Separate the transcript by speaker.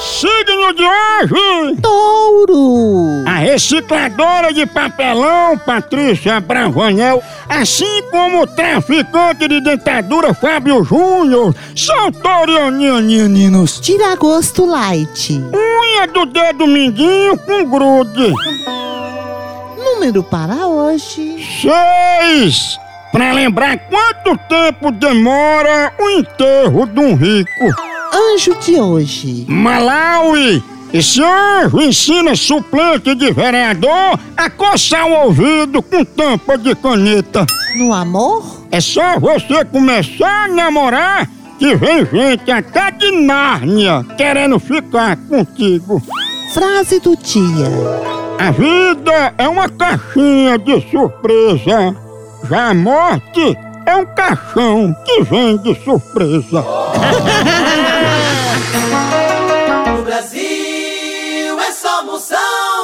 Speaker 1: Recadinho de hoje!
Speaker 2: Touro!
Speaker 1: A recicladora de papelão Patrícia Bravanel, assim como o traficante de dentadura Fábio Júnior, são tourianianinos.
Speaker 2: Tira gosto light.
Speaker 1: Unha do dedo mindinho com grude.
Speaker 2: Número para hoje.
Speaker 1: Seis! Pra lembrar quanto tempo demora o enterro de um rico.
Speaker 2: Anjo de hoje.
Speaker 1: Malawi, esse anjo ensina suplente de vereador a coçar o ouvido com tampa de caneta.
Speaker 2: No amor?
Speaker 1: É só você começar a namorar que vem gente até de Nárnia querendo ficar contigo.
Speaker 2: Frase do dia.
Speaker 1: A vida é uma caixinha de surpresa. Já a morte é um caixão que vem de surpresa.
Speaker 3: No Brasil é só moção.